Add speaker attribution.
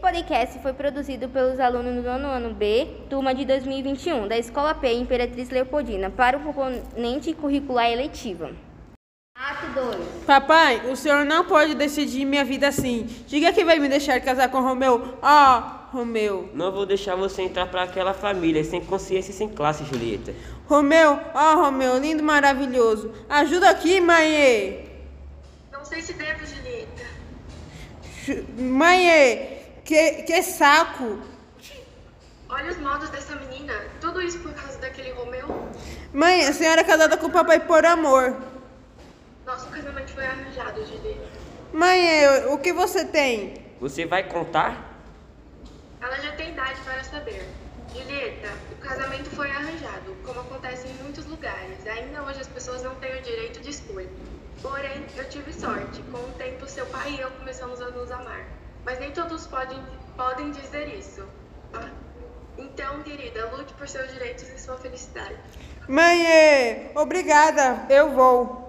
Speaker 1: podcast foi produzido pelos alunos do nono ano B, turma de 2021, da Escola P Imperatriz Leopoldina, para o componente curricular eletiva. Ato 2.
Speaker 2: Papai, o senhor não pode decidir minha vida assim. Diga que vai me deixar casar com Romeu. Ah, Romeu.
Speaker 3: Não vou deixar você entrar para aquela família, sem consciência e sem classe, Julieta.
Speaker 2: Romeu, ah, Romeu, lindo, maravilhoso. Ajuda aqui, mãe.
Speaker 4: Não sei se devo, Julieta.
Speaker 2: Mãe, que, que saco.
Speaker 4: Olha os modos dessa menina. Tudo isso por causa daquele Romeu.
Speaker 2: Mãe, a senhora é casada com o papai por amor.
Speaker 4: Nosso casamento foi arranjado, Julieta.
Speaker 2: Mãe, o que você tem?
Speaker 3: Você vai contar?
Speaker 4: Ela já tem idade para saber. Julieta, o casamento foi arranjado, como acontece em muitos lugares. Ainda hoje as pessoas não têm o direito de escolha. Porém, eu tive sorte. Com o tempo, seu pai e eu começamos a nos amar. Mas nem todos podem, podem dizer isso. Ah, Então, querida, lute por seus direitos e sua felicidade.
Speaker 2: Mãe, obrigada. Eu vou.